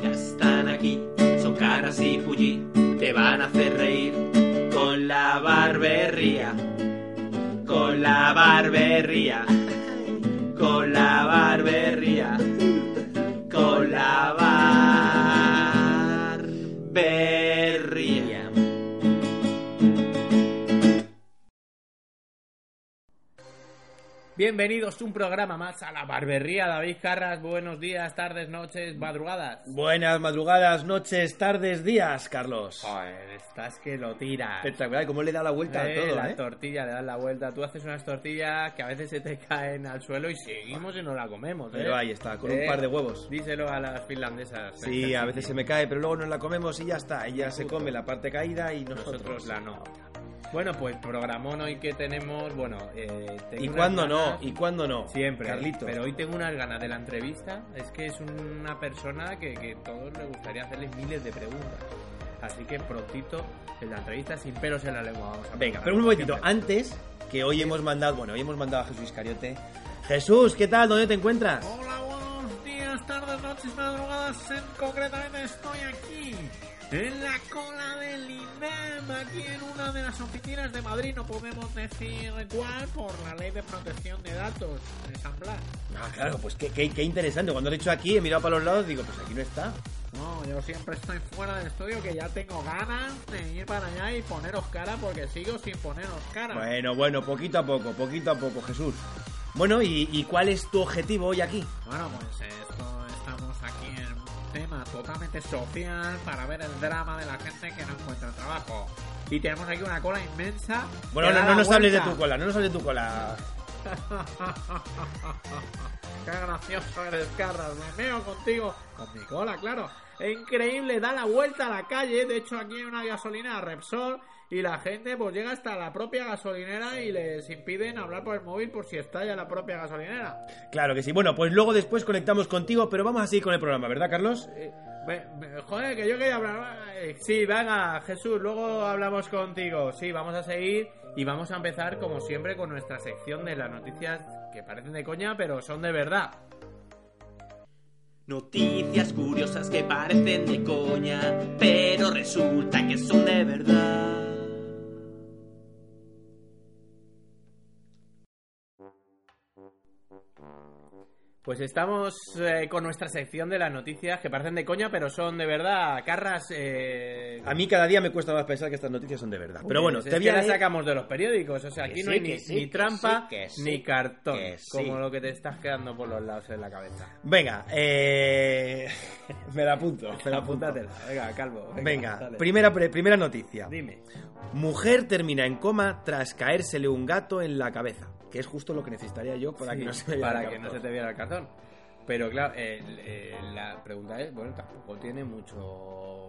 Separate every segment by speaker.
Speaker 1: Ya están aquí, son caras y Fuji, te van a hacer reír con la barbería, con la barbería, con la barbería, con la barbería.
Speaker 2: Bienvenidos un programa más a la barbería David Carras. Buenos días, tardes, noches, madrugadas.
Speaker 3: Buenas madrugadas, noches, tardes, días, Carlos.
Speaker 2: Joder, estás que lo tiras.
Speaker 3: Espectacular, cómo le da la vuelta
Speaker 2: Eh,
Speaker 3: a todo,
Speaker 2: la
Speaker 3: ¿eh?
Speaker 2: tortilla le das la vuelta. Tú haces unas tortillas que a veces se te caen al suelo y seguimos y no la comemos.
Speaker 3: Pero
Speaker 2: ¿eh?
Speaker 3: ahí está, con un
Speaker 2: Eh,
Speaker 3: par de huevos.
Speaker 2: Díselo a las finlandesas.
Speaker 3: Sí, a veces se me cae, pero luego nos la comemos y ya está. Ella se come la parte caída y nosotros,
Speaker 2: Nosotros la no. Bueno, pues programón hoy que tenemos. Bueno, eh, tengo
Speaker 3: ¿Y
Speaker 2: unas
Speaker 3: cuándo no?
Speaker 2: ganas-
Speaker 3: ¿Y cuándo no?
Speaker 2: Siempre, ¿eh?
Speaker 3: Carlitos.
Speaker 2: pero hoy tengo unas ganas de la entrevista. Es que es una persona que, que todos le gustaría hacerle miles de preguntas. Así que prontito en la entrevista sin pelos en la lengua. Vamos a
Speaker 3: Venga,
Speaker 2: preparar,
Speaker 3: pero un
Speaker 2: como
Speaker 3: momentito.
Speaker 2: siempre.
Speaker 3: Antes, que hoy hemos mandado, bueno, hoy hemos mandado a Jesús Iscariote. Jesús, ¿qué tal? ¿Dónde te encuentras?
Speaker 2: Hola, buenos días, tardes, noches, madrugadas. En- Concretamente estoy aquí, en la cola del INEM, aquí en una de las oficinas de Madrid. No podemos decir cuál por la ley de protección de datos de San Blas.
Speaker 3: Ah, claro, pues qué, qué- qué interesante. Cuando lo he hecho aquí, he mirado para los lados y digo, pues aquí no está.
Speaker 2: No, yo siempre estoy fuera del estudio que ya tengo ganas de ir para allá y poneros cara porque sigo sin poneros cara.
Speaker 3: Bueno, bueno, poquito a poco, poquito a poco, Jesús. Bueno, ¿y, y cuál es tu objetivo hoy aquí?
Speaker 2: Bueno, pues esto, estamos aquí en un tema totalmente social para ver el drama de la gente que no encuentra trabajo. Y tenemos aquí una cola inmensa.
Speaker 3: Bueno,
Speaker 2: que
Speaker 3: no,
Speaker 2: da
Speaker 3: no
Speaker 2: la
Speaker 3: nos hables de
Speaker 2: vuelta.
Speaker 3: tu cola, no nos hables de tu cola.
Speaker 2: Qué gracioso eres, Carras. Me meo contigo. Con mi cola, claro. E Increíble, da la vuelta a la calle. De hecho, aquí hay una gasolina Repsol. Y la gente pues llega hasta la propia gasolinera y les impiden hablar por el móvil por si estalla la propia gasolinera.
Speaker 3: Claro que sí. Bueno, pues luego después conectamos contigo, pero vamos a seguir con el programa, ¿verdad, Carlos?
Speaker 2: Eh, ve- ve- joder, que yo quería hablar. Eh, Sí, venga, Jesús, luego hablamos contigo. Sí, vamos a seguir y vamos a empezar como siempre con nuestra sección de las noticias que parecen de coña, pero son de verdad.
Speaker 1: Noticias curiosas que parecen de coña, pero resulta que son de verdad.
Speaker 2: Pues estamos eh, con nuestra sección de las noticias que parecen de coña, pero son de verdad. Carras, eh,
Speaker 3: A mí cada día me cuesta más pensar que estas noticias son de verdad. Pero bueno,
Speaker 2: pues es
Speaker 3: te
Speaker 2: que
Speaker 3: voy a
Speaker 2: las
Speaker 3: leer-
Speaker 2: sacamos de los periódicos. O sea, aquí
Speaker 3: Que
Speaker 2: no
Speaker 3: sí,
Speaker 2: hay ni,
Speaker 3: que sí,
Speaker 2: ni
Speaker 3: que
Speaker 2: trampa
Speaker 3: sí, que sí,
Speaker 2: ni cartón,
Speaker 3: que sí.
Speaker 2: como lo que te estás quedando por los lados en la cabeza.
Speaker 3: Venga, eh... me la apunto, me la apunto.
Speaker 2: Apúntatela, venga, calvo.
Speaker 3: Venga,
Speaker 2: dale.
Speaker 3: primera, pre- primera noticia.
Speaker 2: dime.
Speaker 3: Mujer termina en coma tras caérsele un gato en la cabeza. Que es justo lo que necesitaría yo para
Speaker 2: Sí,
Speaker 3: que no se me vaya
Speaker 2: para
Speaker 3: el
Speaker 2: que no
Speaker 3: gato.
Speaker 2: se te viera el cartón. Pero claro, el- el- la pregunta es, bueno, tampoco tiene mucho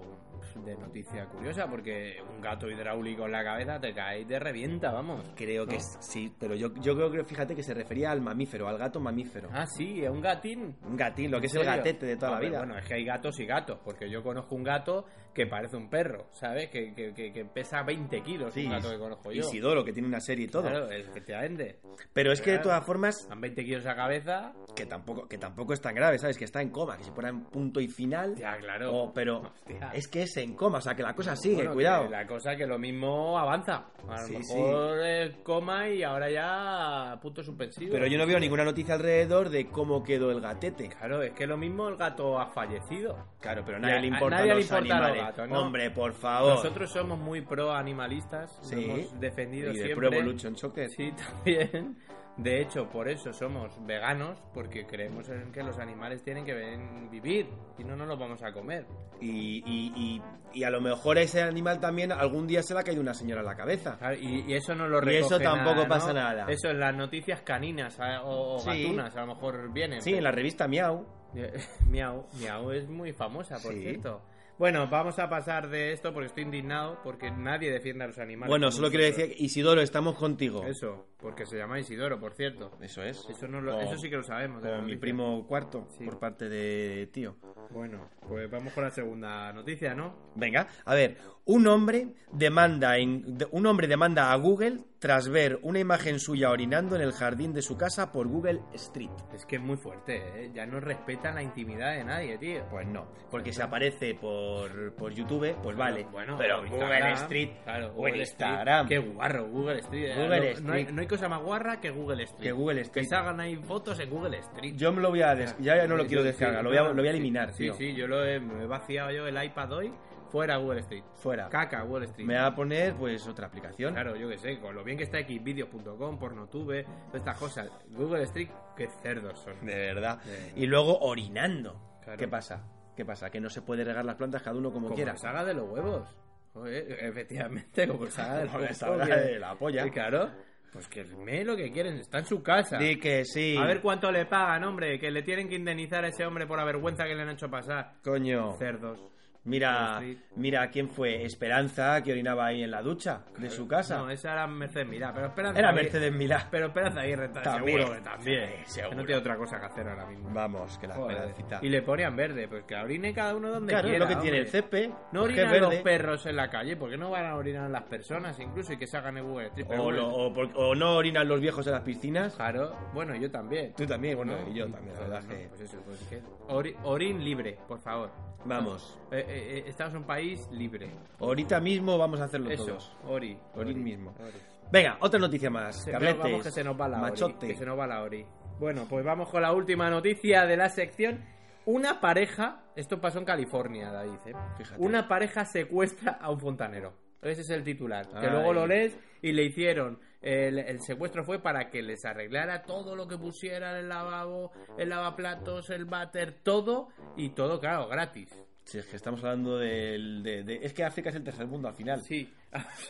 Speaker 2: de noticia curiosa, porque un gato hidráulico en la cabeza te cae y te revienta, vamos.
Speaker 3: Creo que
Speaker 2: ¿No?
Speaker 3: es- sí, pero yo, yo creo que fíjate que se refería al mamífero, al gato mamífero.
Speaker 2: Ah, sí, es un gatín.
Speaker 3: Un gatín, lo que es el
Speaker 2: ¿En serio?
Speaker 3: gatete de toda la
Speaker 2: Hombre,
Speaker 3: vida.
Speaker 2: Bueno, es que hay gatos y gatos, porque yo conozco un gato que parece un perro, ¿sabes? Que, que, que- que pesa 20 kilos,
Speaker 3: Sí,
Speaker 2: un gato que conozco yo.
Speaker 3: Isidoro, que tiene una serie y todo.
Speaker 2: Claro, efectivamente.
Speaker 3: Pero es que de
Speaker 2: Claro.
Speaker 3: todas formas,
Speaker 2: Están 20 kilos a cabeza.
Speaker 3: que tampoco, que tampoco es tan grave, ¿sabes? Que está en coma, que si fuera en punto y final.
Speaker 2: Ya, claro.
Speaker 3: o- pero
Speaker 2: Hostia.
Speaker 3: es que es en coma, o sea que la cosa sigue,
Speaker 2: Bueno,
Speaker 3: cuidado.
Speaker 2: que La cosa que lo mismo avanza. A lo
Speaker 3: Sí,
Speaker 2: mejor eh, coma y ahora ya punto suspensivo.
Speaker 3: Pero yo no veo ninguna noticia alrededor de cómo quedó el gatete.
Speaker 2: Claro, es que lo mismo el gato ha fallecido.
Speaker 3: Claro, pero a
Speaker 2: Ya,
Speaker 3: nadie le
Speaker 2: a
Speaker 3: importa
Speaker 2: nadie le
Speaker 3: los
Speaker 2: importa a los
Speaker 3: animales.
Speaker 2: gatos, ¿no?
Speaker 3: Hombre, por favor.
Speaker 2: Nosotros somos muy pro animalistas. lo
Speaker 3: Sí.
Speaker 2: hemos defendido
Speaker 3: y de
Speaker 2: siempre.
Speaker 3: Pro Evolution Soccer.
Speaker 2: Sí, también. De hecho, por eso somos veganos, porque creemos en que los animales tienen que ven- vivir y no nos los vamos a comer.
Speaker 3: Y, y- y- y a lo mejor ese animal también algún día se le ha caído una señora a la cabeza.
Speaker 2: ¿sabes? Y, y eso no lo
Speaker 3: Y
Speaker 2: recoge
Speaker 3: eso tampoco
Speaker 2: nada, ¿no?
Speaker 3: pasa nada.
Speaker 2: Eso en las noticias caninas a- o, o
Speaker 3: Sí.
Speaker 2: gatunas, a lo mejor vienen.
Speaker 3: Sí, en la revista Miau.
Speaker 2: Miau, Miau es muy famosa, por
Speaker 3: Sí.
Speaker 2: cierto. Bueno, vamos a pasar de esto porque estoy indignado, porque nadie defiende a los animales.
Speaker 3: Bueno,
Speaker 2: como
Speaker 3: solo quiero
Speaker 2: nosotros.
Speaker 3: decir, Isidoro, estamos contigo.
Speaker 2: Eso, porque se llama Isidoro, por cierto.
Speaker 3: Eso es.
Speaker 2: Eso, no lo-
Speaker 3: Como-
Speaker 2: eso sí que lo sabemos. de
Speaker 3: Oh. como
Speaker 2: la
Speaker 3: mi
Speaker 2: noticia.
Speaker 3: primo cuarto,
Speaker 2: Sí.
Speaker 3: por parte de tío.
Speaker 2: Bueno, pues vamos con la segunda noticia, ¿no?
Speaker 3: Venga, a ver, un hombre demanda en, de- un hombre demanda a Google tras ver una imagen suya orinando en el jardín de su casa por Google Street.
Speaker 2: Es que es muy fuerte, ¿eh? Ya no respetan la intimidad de nadie, tío.
Speaker 3: Pues no, porque si aparece por, por YouTube, pues vale.
Speaker 2: Bueno,
Speaker 3: pero
Speaker 2: por
Speaker 3: Google
Speaker 2: Instagram,
Speaker 3: Street,
Speaker 2: claro,
Speaker 3: o en
Speaker 2: Google Street.
Speaker 3: Instagram.
Speaker 2: Qué guarro, Google Street. ¿eh?
Speaker 3: Google
Speaker 2: no, No, hay,
Speaker 3: Street.
Speaker 2: no hay cosa más guarra que Google Street.
Speaker 3: Que Google Street.
Speaker 2: Que salgan ahí fotos en Google Street.
Speaker 3: Yo me lo voy a des- ya no lo
Speaker 2: Sí,
Speaker 3: quiero
Speaker 2: sí,
Speaker 3: descargar,
Speaker 2: sí,
Speaker 3: lo voy a,
Speaker 2: claro.
Speaker 3: lo voy a eliminar,
Speaker 2: Sí,
Speaker 3: tío.
Speaker 2: sí, yo lo he, me he vaciado yo el iPad hoy fuera Google Street.
Speaker 3: Fuera.
Speaker 2: Caca Google Street.
Speaker 3: Me va a poner pues otra aplicación.
Speaker 2: Claro, yo que sé, con lo bien que está xvideos.com, pornotube, todas estas cosas. Google Street, qué cerdos son.
Speaker 3: De verdad.
Speaker 2: De-
Speaker 3: Y luego orinando.
Speaker 2: Claro.
Speaker 3: ¿Qué pasa? ¿Qué pasa? Que no se puede regar las plantas cada uno como,
Speaker 2: Como
Speaker 3: quiera.
Speaker 2: la saga de los huevos. Joder, efectivamente, como la saga de los
Speaker 3: Como la
Speaker 2: huevos,
Speaker 3: saga
Speaker 2: que-
Speaker 3: de la polla.
Speaker 2: Y claro, pues que me lo que quieren, está en su casa.
Speaker 3: Di que sí.
Speaker 2: A ver cuánto le pagan, hombre, que le tienen que indemnizar a ese hombre por la vergüenza que le han hecho pasar.
Speaker 3: coño.
Speaker 2: Cerdos.
Speaker 3: Mira,
Speaker 2: Wall Street.
Speaker 3: mira quién fue Esperanza que orinaba ahí en la ducha de su casa.
Speaker 2: No, esa era Mercedes Milá, pero Esperanza
Speaker 3: Era
Speaker 2: Aguirre-
Speaker 3: Mercedes Milá.
Speaker 2: Pero Esperanza Aguirre está
Speaker 3: También.
Speaker 2: seguro que también.
Speaker 3: Sí, seguro.
Speaker 2: Que no tiene otra cosa que hacer ahora mismo.
Speaker 3: Vamos, que la
Speaker 2: Joder.
Speaker 3: Esperancita.
Speaker 2: Y le ponían verde, pues que orine cada uno donde
Speaker 3: Claro, es
Speaker 2: quiera.
Speaker 3: lo que tiene el
Speaker 2: hombre.
Speaker 3: césped.
Speaker 2: No
Speaker 3: porque es
Speaker 2: orinan los
Speaker 3: verde.
Speaker 2: perros en la calle, porque no van a orinar las personas incluso y que se hagan el Google Street? Pero
Speaker 3: O,
Speaker 2: bueno,
Speaker 3: lo- o por- o no orinan los viejos en las piscinas.
Speaker 2: Claro, bueno, yo también.
Speaker 3: Ah, Tú también, bueno,
Speaker 2: No,
Speaker 3: y yo también, la
Speaker 2: no,
Speaker 3: verdad
Speaker 2: no,
Speaker 3: que.
Speaker 2: Pues eso, pues que... Ori- orín libre, por favor.
Speaker 3: Vamos.
Speaker 2: Eh, eh, eh, Estados un país libre.
Speaker 3: Ahorita mismo vamos a hacerlo
Speaker 2: Eso,
Speaker 3: todos.
Speaker 2: Ori.
Speaker 3: Orín mismo.
Speaker 2: Ori.
Speaker 3: Venga, otra noticia más.
Speaker 2: Se-
Speaker 3: Carletes,
Speaker 2: vamos que se nos va la
Speaker 3: machote.
Speaker 2: Ori. Que se nos va la Ori. Bueno, pues vamos con la última noticia de la sección. Una pareja, esto pasó en California, David, ¿eh?
Speaker 3: Fíjate.
Speaker 2: Una pareja secuestra a un fontanero. Ese es el titular. Que
Speaker 3: Ay.
Speaker 2: luego lo lees y le hicieron. El, el secuestro fue para que les arreglara todo lo que pusieran, el lavabo, el lavaplatos, el váter, todo. Y todo, claro, gratis.
Speaker 3: Si es que estamos hablando del. de- de- es que África es el tercer mundo al final.
Speaker 2: Sí.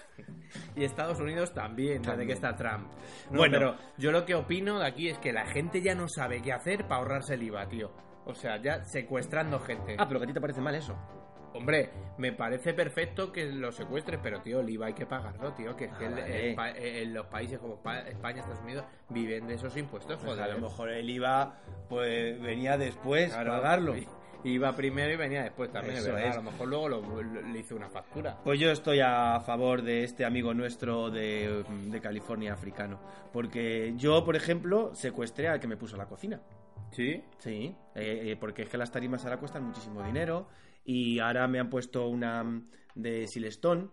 Speaker 2: y Estados Unidos también, desde
Speaker 3: También.
Speaker 2: que está Trump. bueno,
Speaker 3: Bueno.
Speaker 2: pero yo lo que opino de aquí es que la gente ya no sabe qué hacer para ahorrarse el IVA, tío. O sea, ya secuestrando gente.
Speaker 3: Ah, pero que a ti te parece mal eso.
Speaker 2: Hombre, me parece perfecto que lo secuestres, pero tío, el IVA hay que pagarlo, tío. Que es
Speaker 3: Ah,
Speaker 2: que el-
Speaker 3: vale.
Speaker 2: el pa- eh, en los países como pa- España, Estados Unidos, viven de esos impuestos,
Speaker 3: Pues
Speaker 2: joder.
Speaker 3: a lo mejor el IVA pues venía después
Speaker 2: Claro.
Speaker 3: pagarlo.
Speaker 2: Iba primero y venía después también, es
Speaker 3: Eso
Speaker 2: ¿verdad?
Speaker 3: es.
Speaker 2: A lo mejor luego lo- lo- le hizo una factura.
Speaker 3: Pues yo estoy a favor de este amigo nuestro de, de California africano. Porque yo, por ejemplo, secuestré al que me puso la cocina.
Speaker 2: ¿Sí?
Speaker 3: Sí. eh, eh, porque es que las tarimas ahora cuestan muchísimo dinero. Y ahora me han puesto una mm, de Silestone.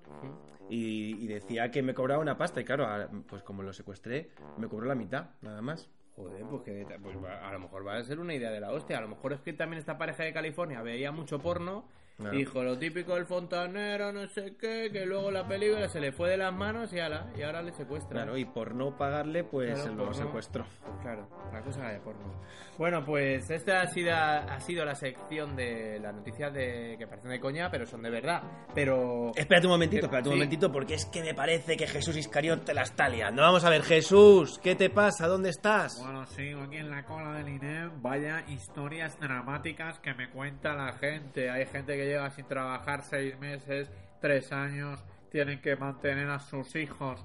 Speaker 3: Y, y decía que me cobraba una pasta. Y claro, ahora, pues como lo secuestré, me cobró la mitad, nada más.
Speaker 2: Joder, pues que ta- pues va- a lo mejor va a ser una idea de la hostia. A lo mejor es que también esta pareja de California veía mucho porno.
Speaker 3: Claro.
Speaker 2: Dijo lo típico del fontanero, no sé qué, que luego la película se le fue de las manos y, ala, y ahora le secuestran.
Speaker 3: Claro, y por no pagarle, pues
Speaker 2: Claro,
Speaker 3: lo
Speaker 2: por no.
Speaker 3: secuestró.
Speaker 2: Claro, la cosa de porno. Bueno, pues esta ha sido, ha sido la sección de las noticias de que parecen de coña, pero son de verdad. Pero
Speaker 3: Espérate un momentito, espérate un
Speaker 2: Sí.
Speaker 3: momentito, porque es que me parece que Jesús Iscariote la está liando. Vamos a ver, Jesús, ¿qué te pasa? ¿Dónde estás?
Speaker 2: Bueno, sigo aquí en la cola del INEM. Vaya historias dramáticas que me cuenta la gente. Hay gente que lleva sin trabajar seis meses, tres años, tienen que mantener a sus hijos.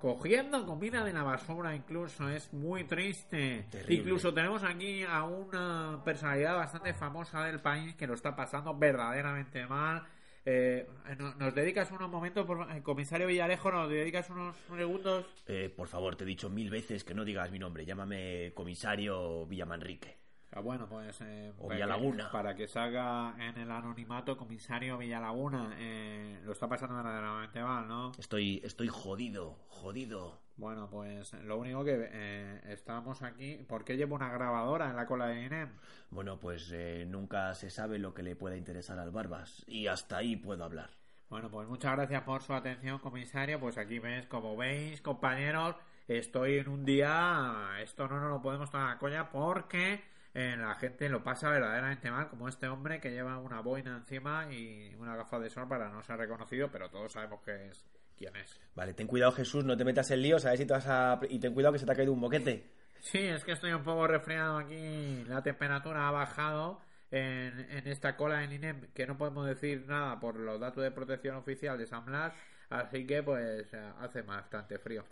Speaker 2: Cogiendo comida de la basura incluso, es muy triste.
Speaker 3: Terrible.
Speaker 2: Incluso tenemos aquí a una personalidad bastante famosa del país que lo está pasando verdaderamente mal. Eh, no- nos dedicas unos momentos, por, eh, comisario Villarejo, nos dedicas unos segundos.
Speaker 3: Eh, por favor, te he dicho mil veces que no digas mi nombre. Llámame comisario Villamanrique.
Speaker 2: Ah, bueno, pues. eh,
Speaker 3: O
Speaker 2: para
Speaker 3: Villalaguna.
Speaker 2: que- Para que salga en el anonimato, comisario Villalaguna. eh, lo está pasando verdaderamente mal, ¿no?
Speaker 3: Estoy, estoy jodido, jodido.
Speaker 2: Bueno, pues lo único que eh, estamos aquí. ¿Por qué llevo una grabadora en la cola de INEM?
Speaker 3: Bueno, pues eh, nunca se sabe lo que le pueda interesar al Barbas. Y hasta ahí puedo hablar.
Speaker 2: Bueno, pues muchas gracias por su atención, comisario. Pues aquí ves, como veis, compañeros,
Speaker 4: estoy en un día, esto no nos lo podemos tomar a coña porque eh, la gente lo pasa verdaderamente mal, como este hombre que lleva una boina encima y una gafa de sol para no ser reconocido, pero todos sabemos que es quién es.
Speaker 3: Vale, ten cuidado, Jesús, no te metas en lío, ¿sabes? Si te vas a... Y ten cuidado que se te ha caído un boquete.
Speaker 4: Sí, es que estoy un poco resfriado aquí. La temperatura ha bajado en, en esta cola en INEM, que no podemos decir nada por los datos de protección oficial de San Blas, así que pues eh, hace bastante frío.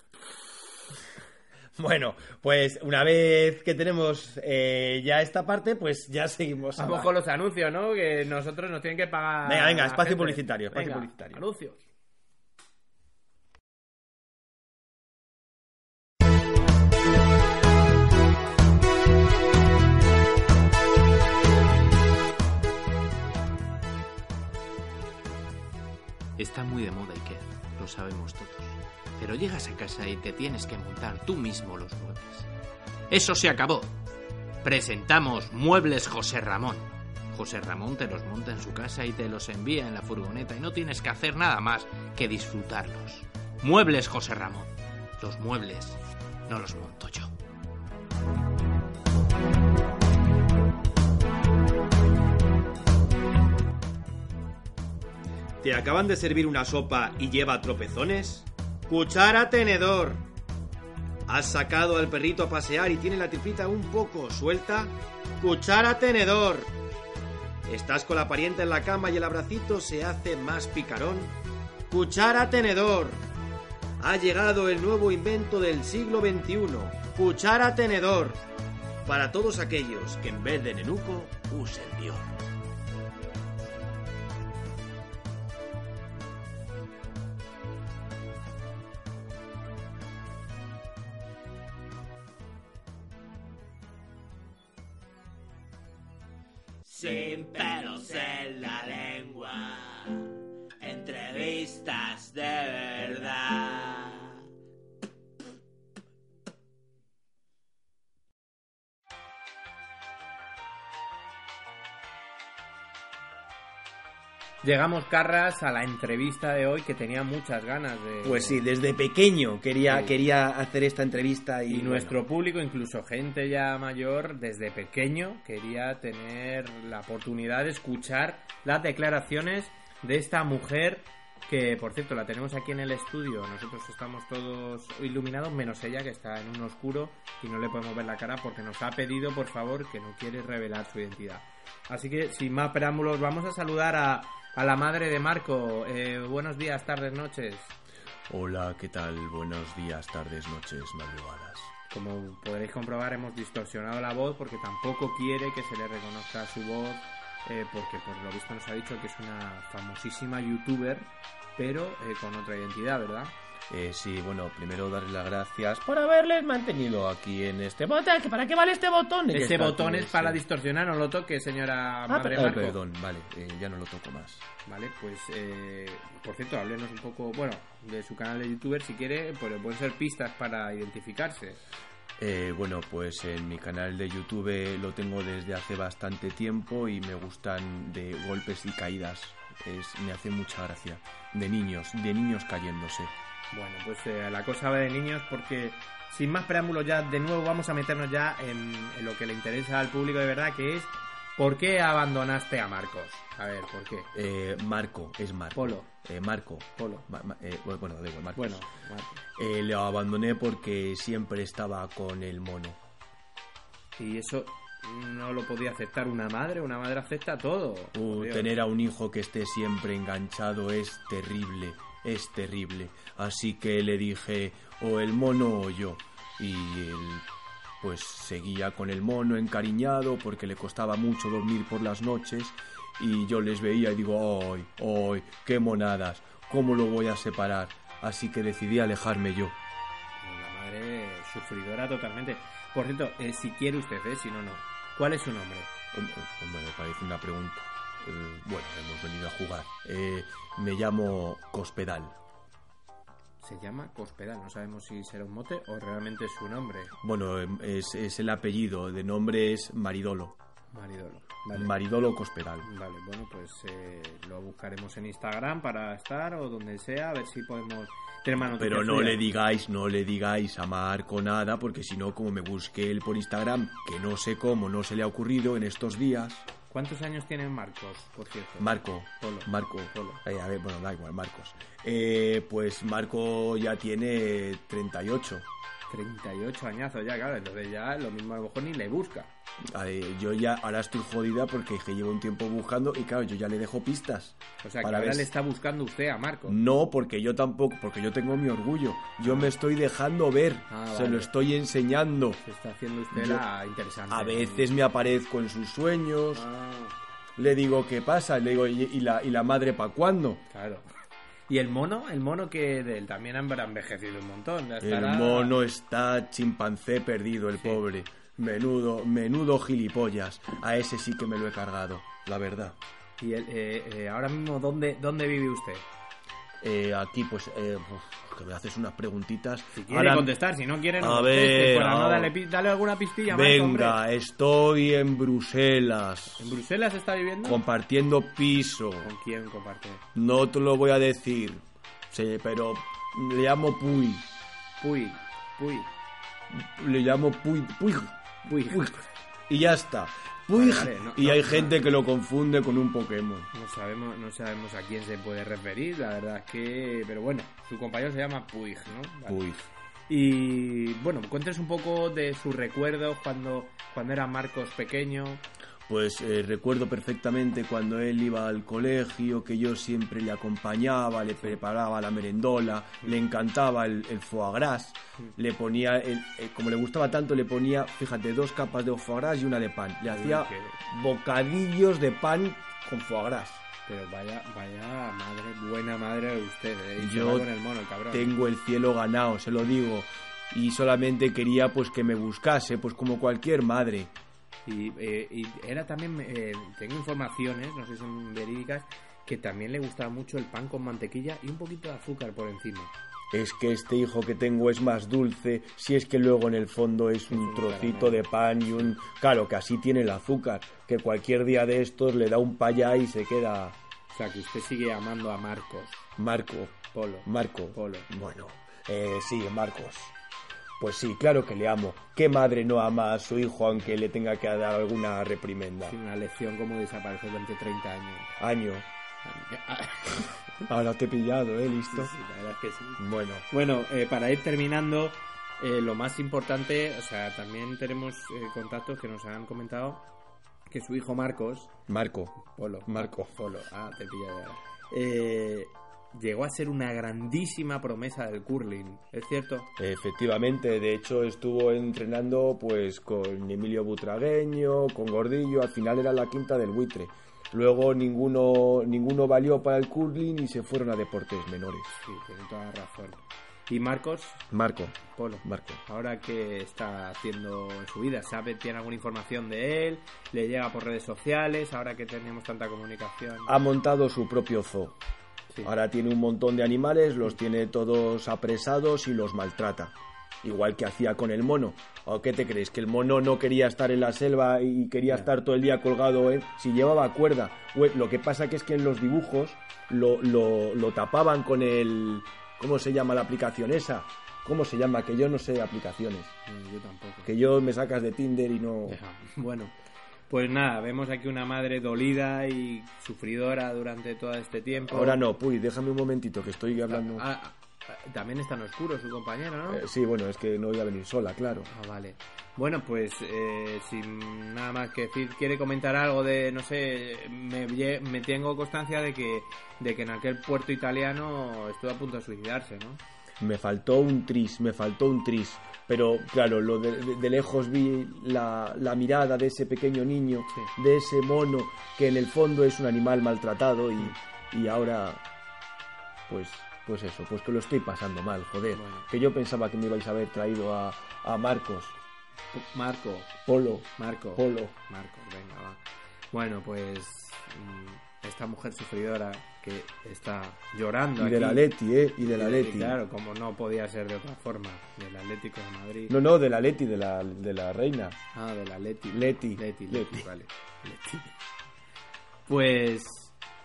Speaker 3: Bueno, pues una vez que tenemos eh, ya esta parte, pues ya seguimos.
Speaker 2: Vamos con los anuncios, ¿no? Que nosotros nos tienen que pagar.
Speaker 3: Venga, venga,
Speaker 2: la
Speaker 3: espacio
Speaker 2: gente.
Speaker 3: publicitario, espacio
Speaker 2: Venga,
Speaker 3: publicitario.
Speaker 2: Anuncios.
Speaker 1: Está muy de moda IKEA, lo sabemos todos. Pero llegas a casa y te tienes que montar tú mismo los muebles. Eso se acabó. Presentamos Muebles José Ramón. José Ramón te los monta en su casa y te los envía en la furgoneta y no tienes que hacer nada más que disfrutarlos. Muebles José Ramón. Los muebles no los monto yo.
Speaker 3: ¿Te acaban de servir una sopa y lleva tropezones? ¡Cuchara tenedor! ¿Has sacado al perrito a pasear y tiene la tripita un poco suelta? ¡Cuchara tenedor! ¿Estás con la parienta en la cama y el abracito se hace más picarón? ¡Cuchara tenedor! Ha llegado el nuevo invento del siglo XXI, cuchara tenedor, para todos aquellos que en vez de nenuco usen Dior.
Speaker 5: Sin pelos en la lengua. Entrevistas de verdad.
Speaker 2: Llegamos, Carras, a la entrevista de hoy que tenía muchas ganas de.
Speaker 3: Pues sí, desde pequeño quería,
Speaker 2: Sí.
Speaker 3: quería hacer esta entrevista y,
Speaker 2: Y nuestro público, incluso gente ya mayor, desde pequeño quería tener la oportunidad de escuchar las declaraciones de esta mujer que, por cierto, la tenemos aquí en el estudio. Nosotros estamos todos iluminados, menos ella que está en un oscuro y no le podemos ver la cara porque nos ha pedido, por favor, que no quiere revelar su identidad. Así que, sin más preámbulos, vamos a saludar a, a la madre de Marco. Eh, buenos días, tardes, noches.
Speaker 6: Hola, ¿qué tal? Buenos días, tardes, noches, madrugadas.
Speaker 2: Como podréis comprobar, hemos distorsionado la voz porque tampoco quiere que se le reconozca su voz, eh, porque por lo visto nos ha dicho que es una famosísima youtuber, pero eh, con otra identidad, ¿verdad?
Speaker 6: Eh, sí, bueno, primero darles las gracias por haberles mantenido aquí en este botón. ¿Que ¿Para qué vale este botón? Ya
Speaker 2: Este
Speaker 6: está,
Speaker 2: botón
Speaker 6: tú,
Speaker 2: es para
Speaker 6: sí.
Speaker 2: distorsionar, no lo toque, señora
Speaker 6: Ah,
Speaker 2: Madre
Speaker 6: per-
Speaker 2: Marco.
Speaker 6: oh, perdón, vale, eh, ya no lo toco más.
Speaker 2: Vale, pues, eh, por cierto, háblenos un poco, bueno, de su canal de youtuber, si quiere, pues pueden ser pistas para identificarse.
Speaker 6: Eh, bueno, pues en mi canal de YouTube lo tengo desde hace bastante tiempo y me gustan de golpes y caídas. Es, me hace mucha gracia. De niños, de niños cayéndose.
Speaker 2: Bueno, pues eh, la cosa va de niños porque sin más preámbulos ya de nuevo vamos a meternos ya en, en lo que le interesa al público de verdad que es ¿por qué abandonaste a Marcos? A ver, ¿por qué?
Speaker 6: Eh, Marco, es Marco.
Speaker 2: Polo.
Speaker 6: Eh, Marco.
Speaker 2: Polo.
Speaker 6: Ma- ma- eh, bueno, da igual, Marcos.
Speaker 2: Bueno, Marcos.
Speaker 6: Eh, lo abandoné porque siempre estaba con el mono.
Speaker 2: y eso no lo podía aceptar una madre, una madre acepta todo.
Speaker 6: Uh,
Speaker 2: Por Dios.
Speaker 6: tener a un hijo que esté siempre enganchado es terrible, es terrible. Así que le dije o el mono o yo. Y él pues seguía con el mono encariñado porque le costaba mucho dormir por las noches. Y yo les veía y digo, ¡ay, ay, qué monadas! ¿Cómo lo voy a separar? Así que decidí alejarme yo.
Speaker 2: La madre sufridora totalmente. Por cierto, eh, si quiere usted, eh, si no, no. ¿Cuál es su nombre?
Speaker 6: Hom- hom- Me parece una pregunta. Eh, bueno, hemos venido a jugar. Eh, me llamo Cospedal.
Speaker 2: Se llama Cospedal, no sabemos si será un mote o realmente es su nombre.
Speaker 6: Bueno, em, es, es el apellido, de nombre es Maridolo.
Speaker 2: Maridolo. Vale.
Speaker 6: Maridolo Cospedal.
Speaker 2: Vale, bueno, pues eh, lo buscaremos en Instagram para estar o donde sea, a ver si podemos tener más noticias
Speaker 6: Pero no
Speaker 2: suyas.
Speaker 6: le digáis, no le digáis a Marco nada, porque si no, como me busque él por Instagram, que no sé cómo no se le ha ocurrido en estos días.
Speaker 2: ¿Cuántos años tiene Marcos, por cierto?
Speaker 6: Marco,
Speaker 2: Polo.
Speaker 6: Marco,
Speaker 2: Polo.
Speaker 6: Eh, a ver, bueno, da igual, Marcos. Eh, pues Marco ya tiene 38.
Speaker 2: 38 añazos ya, claro, entonces ya lo mismo a lo mejor ni le busca.
Speaker 6: Ay, yo ya, ahora estoy jodida porque que llevo un tiempo buscando y claro, yo ya le dejo pistas.
Speaker 2: O sea, que
Speaker 6: Para
Speaker 2: ahora
Speaker 6: ver
Speaker 2: le
Speaker 6: si- Mm.
Speaker 2: está buscando usted a Marcos.
Speaker 6: No, porque yo tampoco, porque yo tengo mi orgullo. Yo me estoy dejando ver,
Speaker 2: Ah,
Speaker 6: se
Speaker 2: vale.
Speaker 6: lo estoy enseñando.
Speaker 2: Se está haciendo usted
Speaker 6: Yo-
Speaker 2: la interesante.
Speaker 6: A veces me aparezco en sus sueños,
Speaker 2: Ah,
Speaker 6: le digo qué pasa, le digo, ¿y, y la, y la madre para cuándo?
Speaker 2: claro. ¿Y el mono? El mono que de él también habrá envejecido un montón. ya
Speaker 6: El
Speaker 2: estará-
Speaker 6: mono está chimpancé perdido, el pobre. Menudo, menudo gilipollas. A ese sí que me lo he cargado, la verdad.
Speaker 2: ¿Y el- eh, eh, ahora mismo dónde, dónde vive usted?
Speaker 6: Eh, aquí, pues, eh, uf, que me haces unas preguntitas.
Speaker 2: Si quiere
Speaker 6: Ahora-
Speaker 2: contestar, si no quiere, no
Speaker 6: A
Speaker 2: conteste,
Speaker 6: ver,
Speaker 2: por la no,
Speaker 6: a-
Speaker 2: dale, pi- dale alguna pistilla más, hombre.
Speaker 6: Venga, estoy en Bruselas,
Speaker 2: ¿En Bruselas está viviendo?
Speaker 6: compartiendo piso.
Speaker 2: ¿Con quién comparte?
Speaker 6: No te lo voy a decir, sí, pero le llamo Puy.
Speaker 2: Puy, Puy,
Speaker 6: Le llamo Puy. Puy.
Speaker 2: Puy.
Speaker 6: Puy. Y ya está. Puy.
Speaker 2: Vale, vale, no,
Speaker 6: y
Speaker 2: no,
Speaker 6: hay
Speaker 2: no.
Speaker 6: gente que lo confunde con un Pokémon.
Speaker 2: No sabemos, no sabemos a quién se puede referir, la verdad es que... Pero bueno, su compañero se llama Puig, ¿no? Vale.
Speaker 6: Puy.
Speaker 2: Y bueno, cuéntenos un poco de sus recuerdos cuando, cuando era Marcos pequeño.
Speaker 6: Pues eh, recuerdo perfectamente cuando él iba al colegio, que yo siempre le acompañaba, le preparaba la merendola, le encantaba el, el foie gras, le ponía, el, eh, como le gustaba tanto, le ponía, fíjate, dos capas de foie gras y una de pan. Le hacía
Speaker 2: qué-
Speaker 6: bocadillos de pan con foie gras.
Speaker 2: Pero vaya, vaya madre, buena madre de usted, ¿eh? Y se
Speaker 6: Yo
Speaker 2: va con el mono, el cabrón.
Speaker 6: Tengo el cielo ganado, se lo digo. Y solamente quería pues que me buscase, pues como cualquier madre.
Speaker 2: Y, eh, y era también, eh, tengo informaciones, no sé si son verídicas, que también le gustaba mucho el pan con mantequilla y un poquito de azúcar por encima.
Speaker 6: Es que este hijo que tengo es más dulce, si es que luego en el fondo es un
Speaker 2: un
Speaker 6: trocito de pan y un... Claro, que así tiene el azúcar, que cualquier día de estos le da un payá y se queda
Speaker 2: O sea, que usted sigue amando a Marcos,
Speaker 6: Marco,
Speaker 2: Polo.
Speaker 6: Marco.
Speaker 2: Polo.
Speaker 6: Bueno, eh, sí, Marcos. Pues sí, claro que le amo. ¿Qué madre no ama a su hijo aunque le tenga que dar alguna reprimenda?
Speaker 2: Tiene una lección como desaparecer durante 30 años. Ah,
Speaker 6: Año. Ahora te he pillado, ¿eh? Listo.
Speaker 2: Sí, la verdad es que sí.
Speaker 6: Bueno,
Speaker 2: Bueno, eh, para ir terminando, eh, lo más importante, o sea, también tenemos eh, contactos que nos han comentado que su hijo Marcos,
Speaker 6: Marco.
Speaker 2: Polo,
Speaker 6: Marco.
Speaker 2: Polo, ah, te pilla ya. Eh, llegó a ser una grandísima promesa del curling, ¿es cierto?
Speaker 6: Efectivamente, de hecho estuvo entrenando pues con Emilio Butragueño, con Gordillo, al final era la quinta del buitre. Luego ninguno, ninguno valió para el curling y se fueron a deportes menores.
Speaker 2: Sí, tiene toda la razón. Y Marcos,
Speaker 6: Marco,
Speaker 2: Polo.
Speaker 6: Marco.
Speaker 2: Ahora que está haciendo en su vida, ¿sabe? ¿Tiene alguna información de él? ¿Le llega por redes sociales? Ahora que tenemos tanta comunicación.
Speaker 6: Ha montado su propio zoo.
Speaker 2: Sí.
Speaker 6: Ahora tiene un montón de animales, los tiene todos apresados y los maltrata. Igual que hacía con el mono. ¿O qué te crees? ¿Que el mono no quería estar en la selva y quería estar todo el día colgado? eh? Si llevaba cuerda. Ue- Lo que pasa que es que en los dibujos lo, lo- lo tapaban con el... ¿Cómo se llama la aplicación esa? ¿Cómo se llama? Que yo no sé de aplicaciones.
Speaker 2: No, yo tampoco.
Speaker 6: Que yo me sacas de Tinder y no...
Speaker 2: Ya, Bueno, pues nada, vemos aquí una madre dolida y sufridora durante todo este tiempo.
Speaker 6: Ahora no, puy, déjame un momentito que estoy hablando...
Speaker 2: Ah, ah, ah, también está en oscuro su compañero, ¿no?
Speaker 6: Eh, sí, bueno, es que no voy a venir sola, claro.
Speaker 2: Ah, vale. Bueno, pues eh, sin nada más que decir, quiere comentar algo de, no sé, me, lle- me tengo constancia de que, de que en aquel puerto italiano estuvo a punto de suicidarse, ¿no?
Speaker 6: Me faltó un tris, me faltó un tris. Pero claro, lo de, de- de lejos vi la, la mirada de ese pequeño niño,
Speaker 2: Sí.
Speaker 6: de ese mono, que en el fondo es un animal maltratado y, y ahora, pues, pues eso, pues que lo estoy pasando mal, joder.
Speaker 2: Bueno.
Speaker 6: Que yo pensaba que me ibais a haber traído a, a Marcos,
Speaker 2: Marco,
Speaker 6: Polo,
Speaker 2: Marco.
Speaker 6: Polo.
Speaker 2: Marcos, venga, va. Bueno, pues mm,
Speaker 7: esta mujer sufridora que está llorando
Speaker 6: Y de
Speaker 7: aquí.
Speaker 6: la Leti, ¿eh? Y de la
Speaker 7: Y
Speaker 6: Leti.
Speaker 7: Claro, como no podía ser de otra forma, del Atlético de Madrid.
Speaker 6: No, no, de la Leti, de la, de la reina.
Speaker 7: Ah, del Atlético.
Speaker 6: Leti.
Speaker 7: Leti,
Speaker 6: Leti.
Speaker 7: Leti, vale. Leti. Pues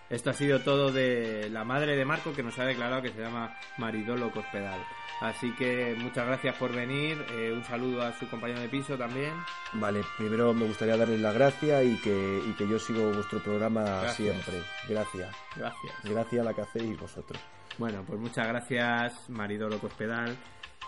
Speaker 7: esto ha sido todo de la madre de Marco que nos ha declarado que se llama Maridolo Cospedal. Así que muchas gracias por venir. eh, un saludo a su compañero de piso también.
Speaker 6: Vale, primero me gustaría darles la gracia y que, y que yo sigo vuestro programa siempre. Gracias.
Speaker 7: Gracias.
Speaker 6: Gracias a la que hacéis vosotros.
Speaker 7: Bueno, pues muchas gracias, Maridolo Cospedal.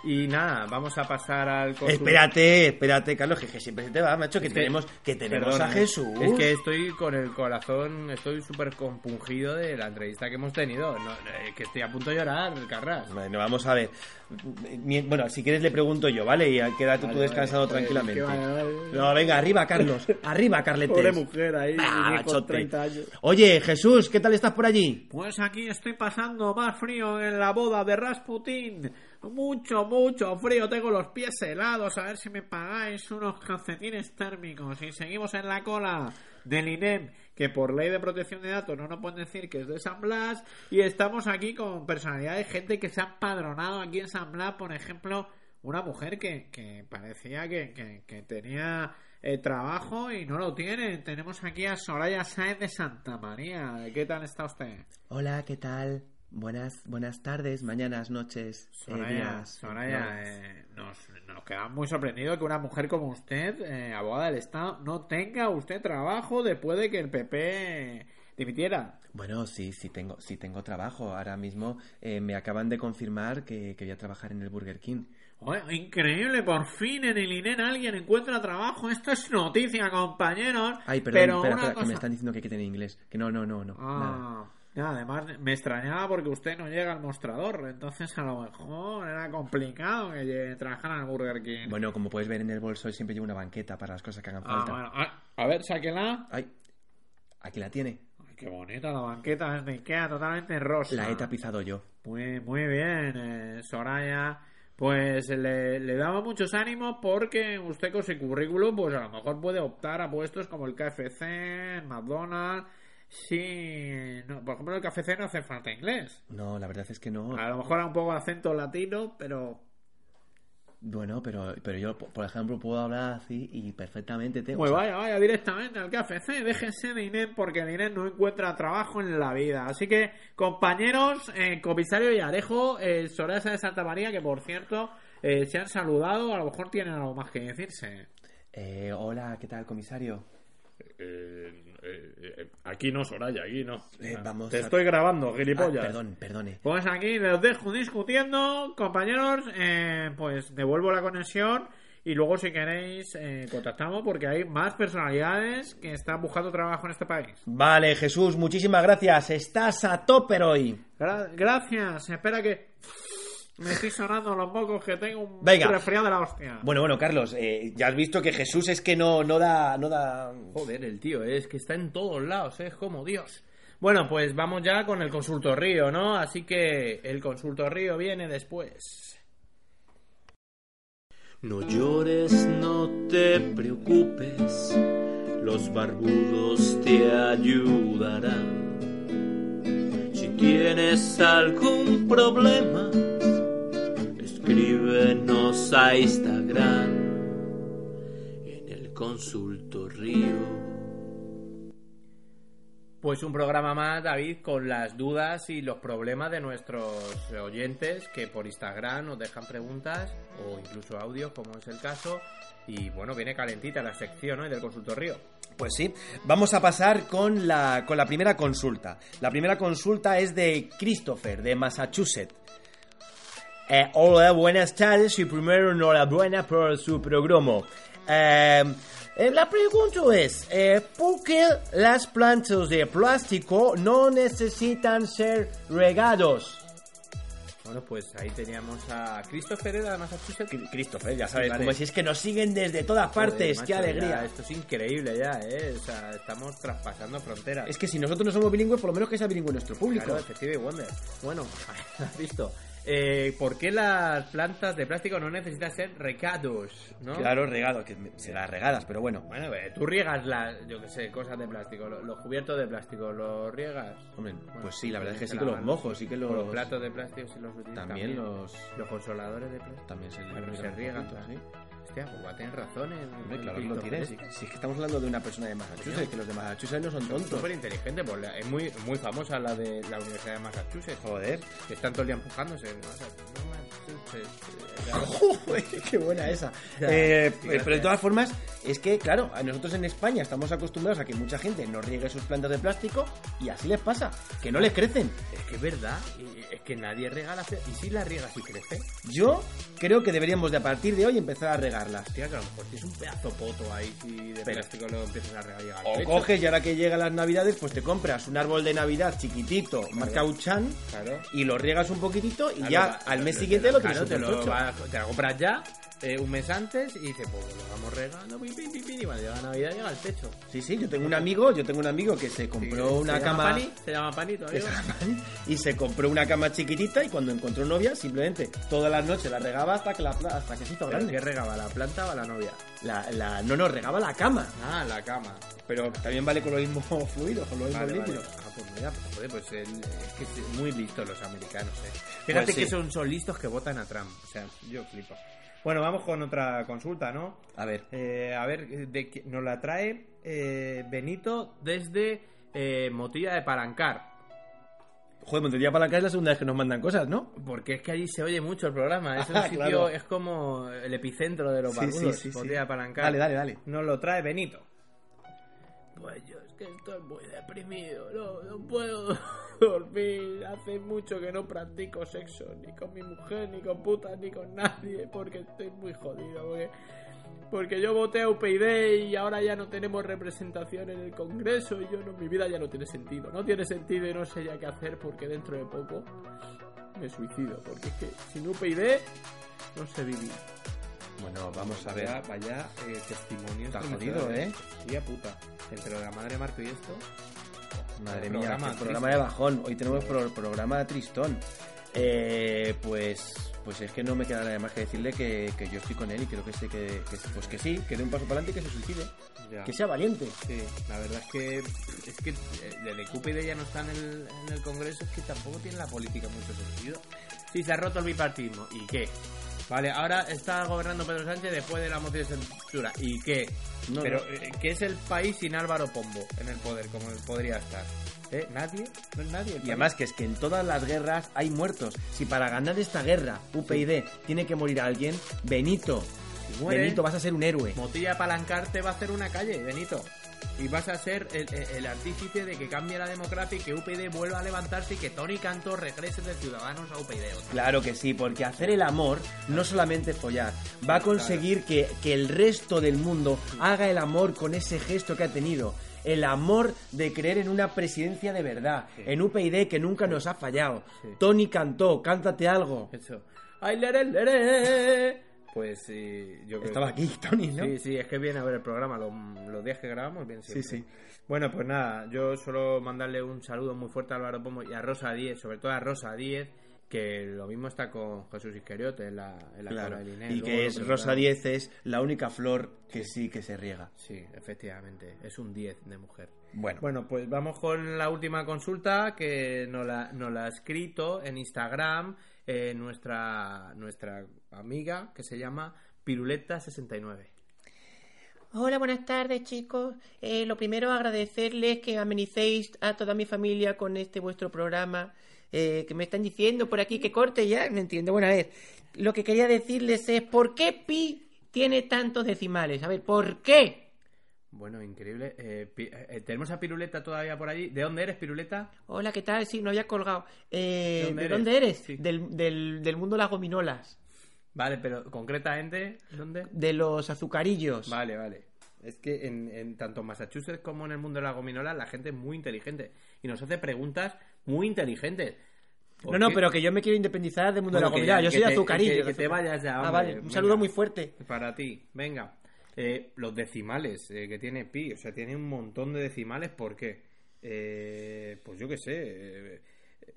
Speaker 7: Y nada, vamos a pasar al consu-
Speaker 3: Espérate, espérate, Carlos, que, que siempre se te va, macho, que
Speaker 7: Es que-
Speaker 3: tenemos, que tenemos
Speaker 7: Perdona,
Speaker 2: ¿eh?
Speaker 3: a Jesús.
Speaker 7: eh. Es que estoy con el corazón, estoy súper compungido de la entrevista que hemos tenido. No, no, es que estoy a punto de llorar, Carras.
Speaker 3: Bueno, vamos a ver. Mi- Bueno, si quieres le pregunto yo, ¿vale? Y quédate tú descansado tranquilamente. No, venga, arriba, Carlos. Arriba, Carletes.
Speaker 2: Pobre mujer ahí,
Speaker 3: Ah,
Speaker 2: con
Speaker 3: chote.
Speaker 2: 30 años.
Speaker 3: Oye, Jesús, ¿qué tal estás por allí?
Speaker 2: Pues aquí estoy pasando más frío en la boda de Rasputin. Mucho, mucho frío. Tengo los pies helados. A ver si me pagáis unos calcetines térmicos. Y seguimos en la cola del INEM, que por ley de protección de datos no nos pueden decir que es de San Blas. Y estamos aquí con personalidad de gente que se ha empadronado aquí en San Blas. Por ejemplo, una mujer que, que parecía que, que- que tenía eh, trabajo y no lo tiene. Tenemos aquí a Soraya Sáenz de Santa María. ¿Qué tal está usted?
Speaker 3: Hola, ¿qué tal? Buenas, buenas tardes, mañanas, noches, eh,
Speaker 2: Soraya, Soraya eh, nos, nos quedamos muy sorprendidos que una mujer como usted, eh, abogada del Estado, no tenga usted trabajo después de que el PP dimitiera.
Speaker 3: Bueno, sí, sí tengo, sí tengo trabajo. Ahora mismo eh, me acaban de confirmar que, que voy a trabajar en el Burger King.
Speaker 2: Joder, increíble, por fin en el INEN alguien encuentra trabajo. Esto es noticia, compañeros.
Speaker 3: Ay, perdón,
Speaker 2: Pero
Speaker 3: espera,
Speaker 2: una
Speaker 3: espera, que me
Speaker 2: cosa-
Speaker 3: están diciendo que hay que tener inglés. Que no, no, no, no. nada.
Speaker 2: Ah, nada, además me extrañaba porque usted no llega al mostrador, entonces a lo mejor era complicado que lle- trabajara en el Burger King.
Speaker 3: Bueno, como puedes ver en el bolso, siempre llevo una banqueta para las cosas que hagan
Speaker 2: Ah,
Speaker 3: falta.
Speaker 2: bueno, ah, a ver, sáquela.
Speaker 3: Ay, aquí la tiene.
Speaker 2: Ay, qué bonita la banqueta es de Ikea, totalmente rosa.
Speaker 3: La he tapizado yo.
Speaker 2: Muy, muy bien, eh, Soraya. Pues le, le daba muchos ánimos porque usted con su currículum, pues a lo mejor puede optar a puestos como el KFC, el McDonald's. Sí, no, por ejemplo, el KFC no hace falta inglés.
Speaker 3: No, la verdad es que no.
Speaker 2: A lo mejor un poco de acento latino, pero.
Speaker 3: Bueno, pero, pero yo, po- por ejemplo, puedo hablar así y perfectamente tengo.
Speaker 2: Pues
Speaker 3: o sea,
Speaker 2: vaya, vaya directamente al KFC. Déjense de Inés porque el Inés no encuentra trabajo en la vida. Así que, compañeros, eh, comisario Villarejo, eh, Soraya de Santa María, que por cierto. eh, se han saludado, a lo mejor tienen algo más que decirse.
Speaker 3: eh, hola, ¿qué tal, comisario?
Speaker 8: Eh, eh, eh, aquí no, Soraya, aquí no.
Speaker 3: Eh, vamos
Speaker 8: Te
Speaker 3: a-
Speaker 8: estoy grabando,
Speaker 3: Ah,
Speaker 8: gilipollas.
Speaker 3: perdón, perdone.
Speaker 2: Pues aquí los dejo discutiendo, compañeros. eh, pues devuelvo la conexión y luego, si queréis, eh, contactamos porque hay más personalidades que están buscando trabajo en este país.
Speaker 3: Vale, Jesús, muchísimas gracias. Estás a tope hoy.
Speaker 2: Gra- gracias, espera que me estoy sonando los mocos que tengo un
Speaker 3: Venga.
Speaker 2: resfriado de la hostia.
Speaker 3: Bueno, bueno, Carlos, eh, ya has visto que Jesús es que no, no da, no da.
Speaker 7: Joder, el tío, eh, es que está en todos lados, eh, es como Dios. Bueno, pues vamos ya con el consultorio, ¿no? Así que el consultorio viene después.
Speaker 1: No llores, no te preocupes, los barbudos te ayudarán. Si tienes algún problema, escríbenos a Instagram en el consultorio.
Speaker 7: Pues un programa más, David, con las dudas y los problemas de nuestros oyentes que por Instagram nos dejan preguntas o incluso audios, como es el caso. Y bueno, viene calentita la sección ¿no? del consultorio.
Speaker 3: Pues sí, vamos a pasar con la, con la primera consulta. La primera consulta es de Christopher, de Massachusetts. Eh, hola, buenas tardes y primero enhorabuena por su programa. Eh, eh, la pregunta es, eh, ¿por qué las plantas de plástico no necesitan ser regados?
Speaker 7: Bueno, pues ahí teníamos a Christopher era de Massachusetts.
Speaker 3: Cri- Christopher, ya sabes,
Speaker 7: Vale.
Speaker 3: como si es que nos siguen desde todas partes,
Speaker 7: Joder,
Speaker 3: qué
Speaker 7: macho,
Speaker 3: alegría.
Speaker 7: ya, esto es increíble ya, ¿eh? O sea, estamos traspasando fronteras.
Speaker 3: Es que si nosotros no somos bilingües, por lo menos que sea bilingüe nuestro público.
Speaker 7: Claro, Detective Wonder. Bueno, has visto.
Speaker 2: eh, ¿por qué las plantas de plástico no necesitan ser regados? ¿no?
Speaker 3: Claro, regado, que me- será regadas, pero bueno.
Speaker 2: Bueno, eh, tú riegas las, yo qué sé, cosas de plástico, lo- los cubiertos de plástico, los riegas.
Speaker 3: Hombre,
Speaker 2: Bueno,
Speaker 3: pues sí, la verdad es que sí que
Speaker 2: la
Speaker 3: los
Speaker 2: mano.
Speaker 3: mojos, sí que
Speaker 2: O
Speaker 3: los.
Speaker 2: Los platos de plástico si los utilizas.
Speaker 3: También los.
Speaker 2: Los consoladores de plástico.
Speaker 3: También se
Speaker 2: Bueno, se
Speaker 3: un
Speaker 2: riegan,
Speaker 3: poquito,
Speaker 2: claro.
Speaker 3: sí.
Speaker 2: Hostia, pues va a tener razones.
Speaker 3: Hombre, claro que lo tiene. Si, si es que estamos hablando de una persona de Massachusetts,
Speaker 2: Coño.
Speaker 3: que los de Massachusetts no son tontos.
Speaker 2: Súper inteligente, pues la- es muy, muy famosa la de la Universidad de Massachusetts.
Speaker 3: Joder.
Speaker 2: Que están todo el día empujándose. ¿no? O sea, no Massachusetts.
Speaker 3: Joder, qué buena esa.
Speaker 2: Ya,
Speaker 3: Eh, eh,
Speaker 2: gracias.
Speaker 3: pero de todas formas, es que, claro, a nosotros en España estamos acostumbrados a que mucha gente no riegue sus plantas de plástico y así les pasa, que no les crecen.
Speaker 2: Es que es verdad, y- es que nadie riega las plantas. ¿Y si las riegas y crece?
Speaker 3: Yo creo que deberíamos de a partir de hoy empezar a regarlas.
Speaker 2: Hostia, que a lo mejor tienes un pedazo poto ahí y de
Speaker 3: Pero-
Speaker 2: plástico lo empiezas a regar y llega al
Speaker 3: O
Speaker 2: techo.
Speaker 3: coges y ahora que llegan las navidades, pues te compras un árbol de navidad chiquitito, marca Uchan,
Speaker 2: Claro.
Speaker 3: y lo riegas un poquitito y
Speaker 2: Claro,
Speaker 3: ya
Speaker 2: va-
Speaker 3: al mes
Speaker 2: te-
Speaker 3: siguiente lo tienes
Speaker 2: claro, te
Speaker 3: supertocho.
Speaker 2: lo, va- te la compras ya, eh, un mes antes, y te pues, lo vamos regando, pim, pim, pim, pim, y cuando llega Navidad llega al techo.
Speaker 3: Sí, sí, yo tengo un amigo, yo tengo un amigo que se compró
Speaker 2: ¿Se
Speaker 3: una
Speaker 2: llama
Speaker 3: cama
Speaker 2: Pani? Se llama Panito, amigo.
Speaker 3: y se compró una cama chiquitita y cuando encontró novia simplemente todas las noches la regaba hasta que la pla- hasta que se hizo
Speaker 2: ¿Pero
Speaker 3: grande.
Speaker 2: ¿Qué regaba, la planta o la novia?
Speaker 3: La, la- no, no, regaba la cama.
Speaker 2: Ah, la cama.
Speaker 3: Pero también vale con lo mismo fluido, con lo mismo
Speaker 2: Vale, vale.
Speaker 3: líquido.
Speaker 2: Ah, pues mira, pues, joder, pues el- es que es muy listos los americanos, eh. Fíjate
Speaker 3: Pues sí.
Speaker 2: que son, son listos que votan a Trump. O sea, yo flipo. Bueno, vamos con otra consulta, ¿no?
Speaker 3: A ver,
Speaker 2: Eh, a ver, eh, de, qui- nos la trae eh, Benito desde eh, Motilla de Palancar.
Speaker 3: joder, Montería Palanca es la segunda vez que nos mandan cosas, ¿no?
Speaker 2: Porque es que allí se oye mucho el programa. Es un
Speaker 3: Ah,
Speaker 2: sitio,
Speaker 3: claro.
Speaker 2: es como el epicentro de los
Speaker 3: Sí,
Speaker 2: barbudos,
Speaker 3: sí, sí, sí.
Speaker 2: Motilla de Palancar.
Speaker 3: Dale, dale, dale.
Speaker 2: Nos lo trae Benito. Pues yo es que estoy muy deprimido, no, no puedo dormir. Hace mucho que no practico sexo, ni con mi mujer, ni con putas, ni con nadie, porque estoy muy jodido. Porque, porque yo voté a UPyD y ahora ya no tenemos representación en el Congreso y yo no, mi vida ya no tiene sentido. No tiene sentido y no sé ya qué hacer porque dentro de poco me suicido. Porque es que sin UPyD no sé vivir.
Speaker 3: Bueno, vamos a
Speaker 2: Vaya,
Speaker 3: ver.
Speaker 2: vaya eh, testimonio.
Speaker 3: Está
Speaker 2: estremecedor,
Speaker 3: jodido, ¿eh?
Speaker 2: Tía puta. Entre lo de la madre de Marco y esto.
Speaker 3: Madre
Speaker 2: El
Speaker 3: mía,
Speaker 2: programa
Speaker 3: programa,
Speaker 2: triste.
Speaker 3: programa de bajón. Hoy tenemos pro- programa tristón. Eh, pues, pues es que no me queda nada más que decirle que, que yo estoy con él y creo que sí, que, que- pues que sí, que dé un paso para adelante y que se suicide. Que sea valiente.
Speaker 2: Sí, la verdad es que es que eh, desde que UPyD ya no está en el, en el Congreso es que tampoco tiene la política mucho sentido. Sí, se ha roto el bipartismo. ¿Y qué? Vale, ahora está gobernando Pedro Sánchez después de la moción de censura. ¿Y qué?
Speaker 3: No,
Speaker 2: Pero,
Speaker 3: no.
Speaker 2: eh, ¿qué es el país sin Álvaro Pombo en el poder, como podría estar? ¿Eh? ¿Nadie? ¿No es nadie? el
Speaker 3: Y
Speaker 2: país?
Speaker 3: además que es que en todas las guerras hay muertos. Si para ganar esta guerra UPyD tiene que morir alguien, Benito,
Speaker 2: muere-
Speaker 3: Benito vas a ser un héroe.
Speaker 2: Motilla Palancar te va a hacer una calle, Benito. Y vas a ser el, el- el artífice de que cambie la democracia y que UPD vuelva a levantarse y que Tony Cantor regrese de Ciudadanos a UPD. otra vez.
Speaker 3: Claro que sí, porque hacer el amor no solamente es follar, va a conseguir que, que el resto del mundo haga el amor con ese gesto que ha tenido. El amor de creer en una presidencia de verdad, en UPyD que nunca nos ha fallado. Tony cantó, cántate algo.
Speaker 2: Eso. ¡Ay, lere, lere! Pues sí, yo creo
Speaker 3: Estaba
Speaker 2: que-
Speaker 3: aquí, Tony, ¿no?
Speaker 2: Sí, sí, es que viene a ver el programa, lo- los, días que grabamos viene siempre.
Speaker 3: Sí, sí.
Speaker 2: Bueno, pues nada, yo solo mandarle un saludo muy fuerte a Álvaro Pombo y a Rosa Díez, sobre todo a Rosa Díez, que lo mismo está con Jesús Iscariote en la, en la
Speaker 3: Claro,
Speaker 2: cola del Inés,
Speaker 3: y
Speaker 2: luego
Speaker 3: que
Speaker 2: lo
Speaker 7: pues
Speaker 3: es Rosa
Speaker 2: comentamos.
Speaker 3: 10 es la única flor que sí que se riega.
Speaker 2: Sí, efectivamente, es un 10 de mujer.
Speaker 3: Bueno,
Speaker 2: Bueno, pues vamos con la última consulta que nos la, nos la ha escrito en Instagram eh, nuestra, nuestra amiga que se llama Piruleta69.
Speaker 9: Hola, buenas tardes, chicos. Eh, lo primero, agradecerles que amenicéis a toda mi familia con este vuestro programa. eh, que me están diciendo por aquí que corte ya, no entiendo. Bueno, a ver, lo que quería decirles es: ¿por qué pi tiene tantos decimales? A ver, ¿por qué?
Speaker 2: Bueno, increíble. Eh, pi- eh, tenemos a Piruleta todavía por allí. ¿De dónde eres, Piruleta?
Speaker 9: Hola, ¿qué tal? Sí, no había colgado. Eh,
Speaker 2: ¿De dónde
Speaker 9: ¿De
Speaker 2: eres?
Speaker 9: dónde eres?
Speaker 2: Sí.
Speaker 9: Del, del, del mundo de las gominolas,
Speaker 2: Vale, pero concretamente, ¿dónde?
Speaker 9: de los azucarillos.
Speaker 2: Vale, vale. Es que en, en tanto Massachusetts como en el mundo de la gominola la gente es muy inteligente y nos hace preguntas muy inteligentes.
Speaker 9: No, no,
Speaker 2: Porque-
Speaker 9: pero que yo me quiero independizar del mundo
Speaker 2: Bueno,
Speaker 9: de la
Speaker 2: que
Speaker 9: comida.
Speaker 2: ya,
Speaker 9: yo
Speaker 2: que
Speaker 9: soy
Speaker 2: te-
Speaker 9: azucarillo.
Speaker 2: que- que te vayas ya,
Speaker 9: Ah,
Speaker 2: hombre,
Speaker 9: vale. Un
Speaker 2: venga.
Speaker 9: saludo muy fuerte.
Speaker 2: Para ti, venga. Eh, los decimales eh, que tiene Pi, o sea, tiene un montón de decimales, ¿por qué? Eh, pues yo qué sé. eh, eh,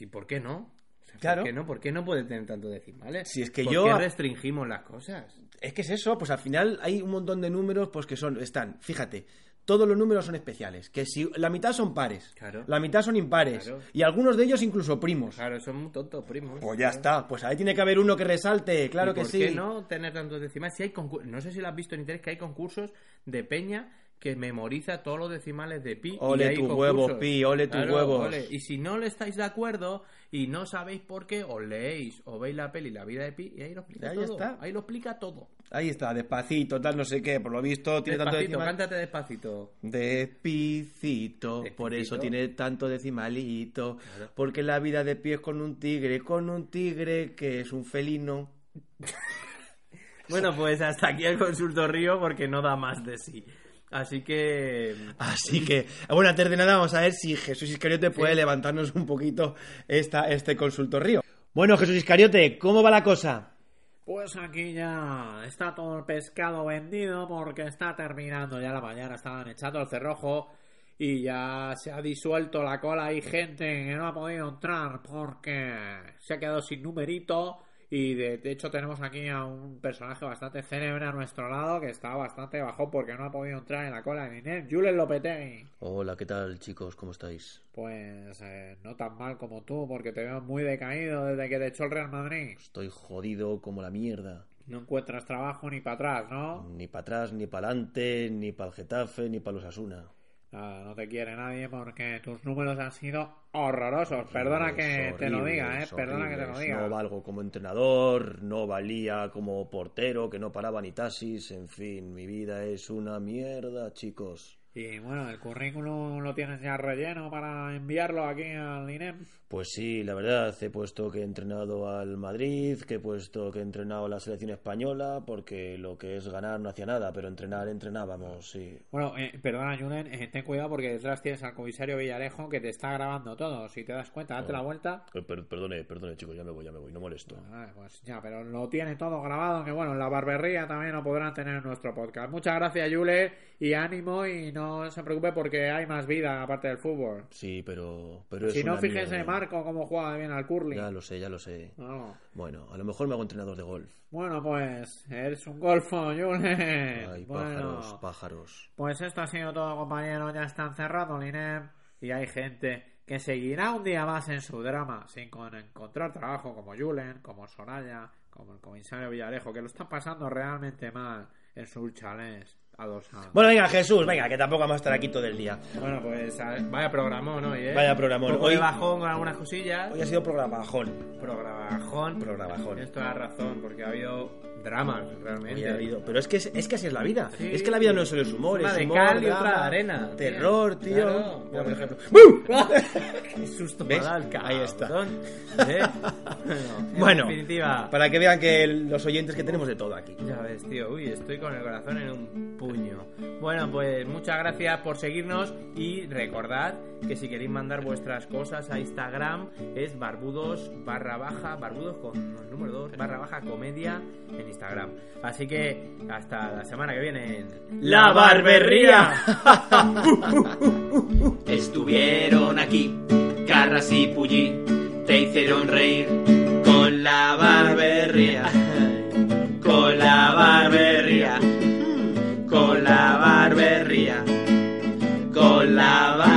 Speaker 2: ¿Y por qué no?
Speaker 3: Claro.
Speaker 7: ¿Por qué no? ¿Por qué no puede tener tanto decimales?
Speaker 3: Si es que
Speaker 7: ¿Por
Speaker 3: yo-
Speaker 7: qué restringimos las cosas?
Speaker 3: Es que es eso, pues al final hay un montón de números pues que son, están, fíjate, todos los números son especiales, que si la mitad son pares,
Speaker 7: Claro.
Speaker 3: la mitad son impares,
Speaker 7: Claro.
Speaker 3: y algunos de ellos incluso primos.
Speaker 7: Claro, son muy tontos, primos.
Speaker 3: Pues ya está, pues ahí tiene que haber uno que resalte, claro
Speaker 7: ¿Y
Speaker 3: que
Speaker 7: por
Speaker 3: sí.
Speaker 7: qué no tener tantos decimales? Si hay concu- no sé si lo has visto en internet, que hay concursos de peña que memoriza todos los decimales de pi. y
Speaker 3: Ole
Speaker 7: hay
Speaker 3: tus
Speaker 7: concursos.
Speaker 3: huevos, pi, ole tus
Speaker 7: Claro,
Speaker 3: huevos.
Speaker 7: ole. Y si no le estáis de acuerdo y no sabéis por qué, os leéis o veis la peli La vida de pi y ahí lo explica
Speaker 3: Ahí
Speaker 7: todo.
Speaker 3: está.
Speaker 7: Ahí lo explica todo.
Speaker 3: Ahí está, despacito, tal, no sé qué, por lo visto tiene tanto
Speaker 7: Despacito,
Speaker 3: decimal.
Speaker 7: cántate despacito.
Speaker 3: Despicito, por eso
Speaker 7: Despicito.
Speaker 3: tiene tanto decimalito, porque la vida de pie es con un tigre, con un tigre que es un felino.
Speaker 7: Bueno, pues hasta aquí el consultorio porque no da más de sí. Así que...
Speaker 3: Así que, bueno, antes de nada, vamos a ver si Jesús Iscariote puede levantarnos un poquito esta, este consultorio. Bueno, Jesús Iscariote, ¿cómo va la cosa?
Speaker 2: Pues aquí ya está todo el pescado vendido porque está terminando ya la mañana, estaban echando el cerrojo y ya se ha disuelto la cola y gente que no ha podido entrar porque se ha quedado sin numerito y de, de hecho tenemos aquí a un personaje bastante célebre a nuestro lado que está bastante bajo porque no ha podido entrar en la cola ni en Julen Lopetegui.
Speaker 6: Hola, ¿qué tal chicos? ¿Cómo estáis?
Speaker 2: Pues eh, no tan mal como tú porque te veo muy decaído desde que te echó el Real Madrid.
Speaker 6: Estoy jodido como la mierda.
Speaker 2: No encuentras trabajo ni para atrás, ¿no?
Speaker 6: Ni para atrás, ni para adelante, ni para el Getafe, ni para los Asuna.
Speaker 2: Nada, no te quiere nadie porque tus números han sido horrorosos. Perdona que te lo diga, ¿eh? Perdona que te lo diga.
Speaker 6: No valgo como entrenador, no valía como portero, que no paraba ni taxis, en fin, mi vida es una mierda, chicos.
Speaker 2: Y bueno, el currículum lo tienes ya relleno para enviarlo aquí al INEM.
Speaker 6: Pues sí, la verdad, he puesto que he entrenado al Madrid, que he puesto que he entrenado a la selección española, porque lo que es ganar no hacía nada, pero entrenar entrenábamos, sí.
Speaker 2: Bueno, eh, perdona, Julen, eh, ten cuidado porque detrás tienes al comisario Villarejo que te está grabando todo. Si te das cuenta, date la vuelta.
Speaker 6: Eh, per- perdone, perdone, chicos, ya me voy, ya me voy, no molesto.
Speaker 2: Ah, pues ya, pero lo tiene todo grabado. Que bueno, en la barbería también lo podrán tener en nuestro podcast. Muchas gracias, Julen, y ánimo. Y no se preocupe porque hay más vida aparte del fútbol.
Speaker 6: Sí, pero, pero es
Speaker 2: Si no,
Speaker 6: una
Speaker 2: fíjense,
Speaker 6: mierda.
Speaker 2: Marco, cómo juega bien al curling.
Speaker 6: Ya lo sé, ya lo sé.
Speaker 2: No.
Speaker 6: Bueno, a lo mejor me hago entrenador de golf.
Speaker 2: Bueno, pues eres un golfo, Julen.
Speaker 6: Ay,
Speaker 2: bueno,
Speaker 6: pájaros, pájaros.
Speaker 2: pues esto ha sido todo, compañero. Ya están cerrados, Linem. Y hay gente que seguirá un día más en su drama sin con- encontrar trabajo, como Julen, como Soraya, como el comisario Villarejo, que lo están pasando realmente mal en sus chalés adosados.
Speaker 6: Bueno, venga, Jesús, venga, que tampoco vamos a estar aquí todo el día.
Speaker 7: Bueno, pues a- vaya programón hoy, ¿eh?
Speaker 6: Vaya programón.
Speaker 7: Un poco de
Speaker 6: Hoy-
Speaker 7: bajón con algunas cosillas.
Speaker 6: Hoy ha sido programajón.
Speaker 7: Programajón.
Speaker 6: Programajón.
Speaker 7: Esto da razón, porque ha habido dramas, realmente.
Speaker 6: Hoy ha habido- Pero es que, es, es que así es la vida.
Speaker 7: Sí.
Speaker 6: Es que la vida no solo es humor,
Speaker 7: Una
Speaker 6: es
Speaker 7: de
Speaker 6: humor,
Speaker 7: cal y
Speaker 6: drama,
Speaker 7: otra de arena.
Speaker 6: Terror, tío.
Speaker 7: Claro.
Speaker 6: Mira, por ejemplo.
Speaker 7: Qué susto me
Speaker 6: ¿Ves?
Speaker 7: da el
Speaker 6: Ahí está.
Speaker 7: cabrón, ¿eh? bueno, en
Speaker 6: Bueno,
Speaker 7: definitiva.
Speaker 6: para que vean que el- los oyentes que tenemos de todo aquí.
Speaker 7: Ya ves, tío, uy, estoy con el corazón en un puño. Bueno, pues muchas gracias por seguirnos y recordad que si queréis mandar vuestras cosas a Instagram es barbudos barra baja, barbudos con el número 2, barra baja comedia en Instagram. Así que hasta la semana que viene. en
Speaker 3: ¡La barbería!
Speaker 1: Estuvieron aquí, Carras y Pulli, te hicieron reír con la barbería, con la barbería, con la barbería, con la barbería.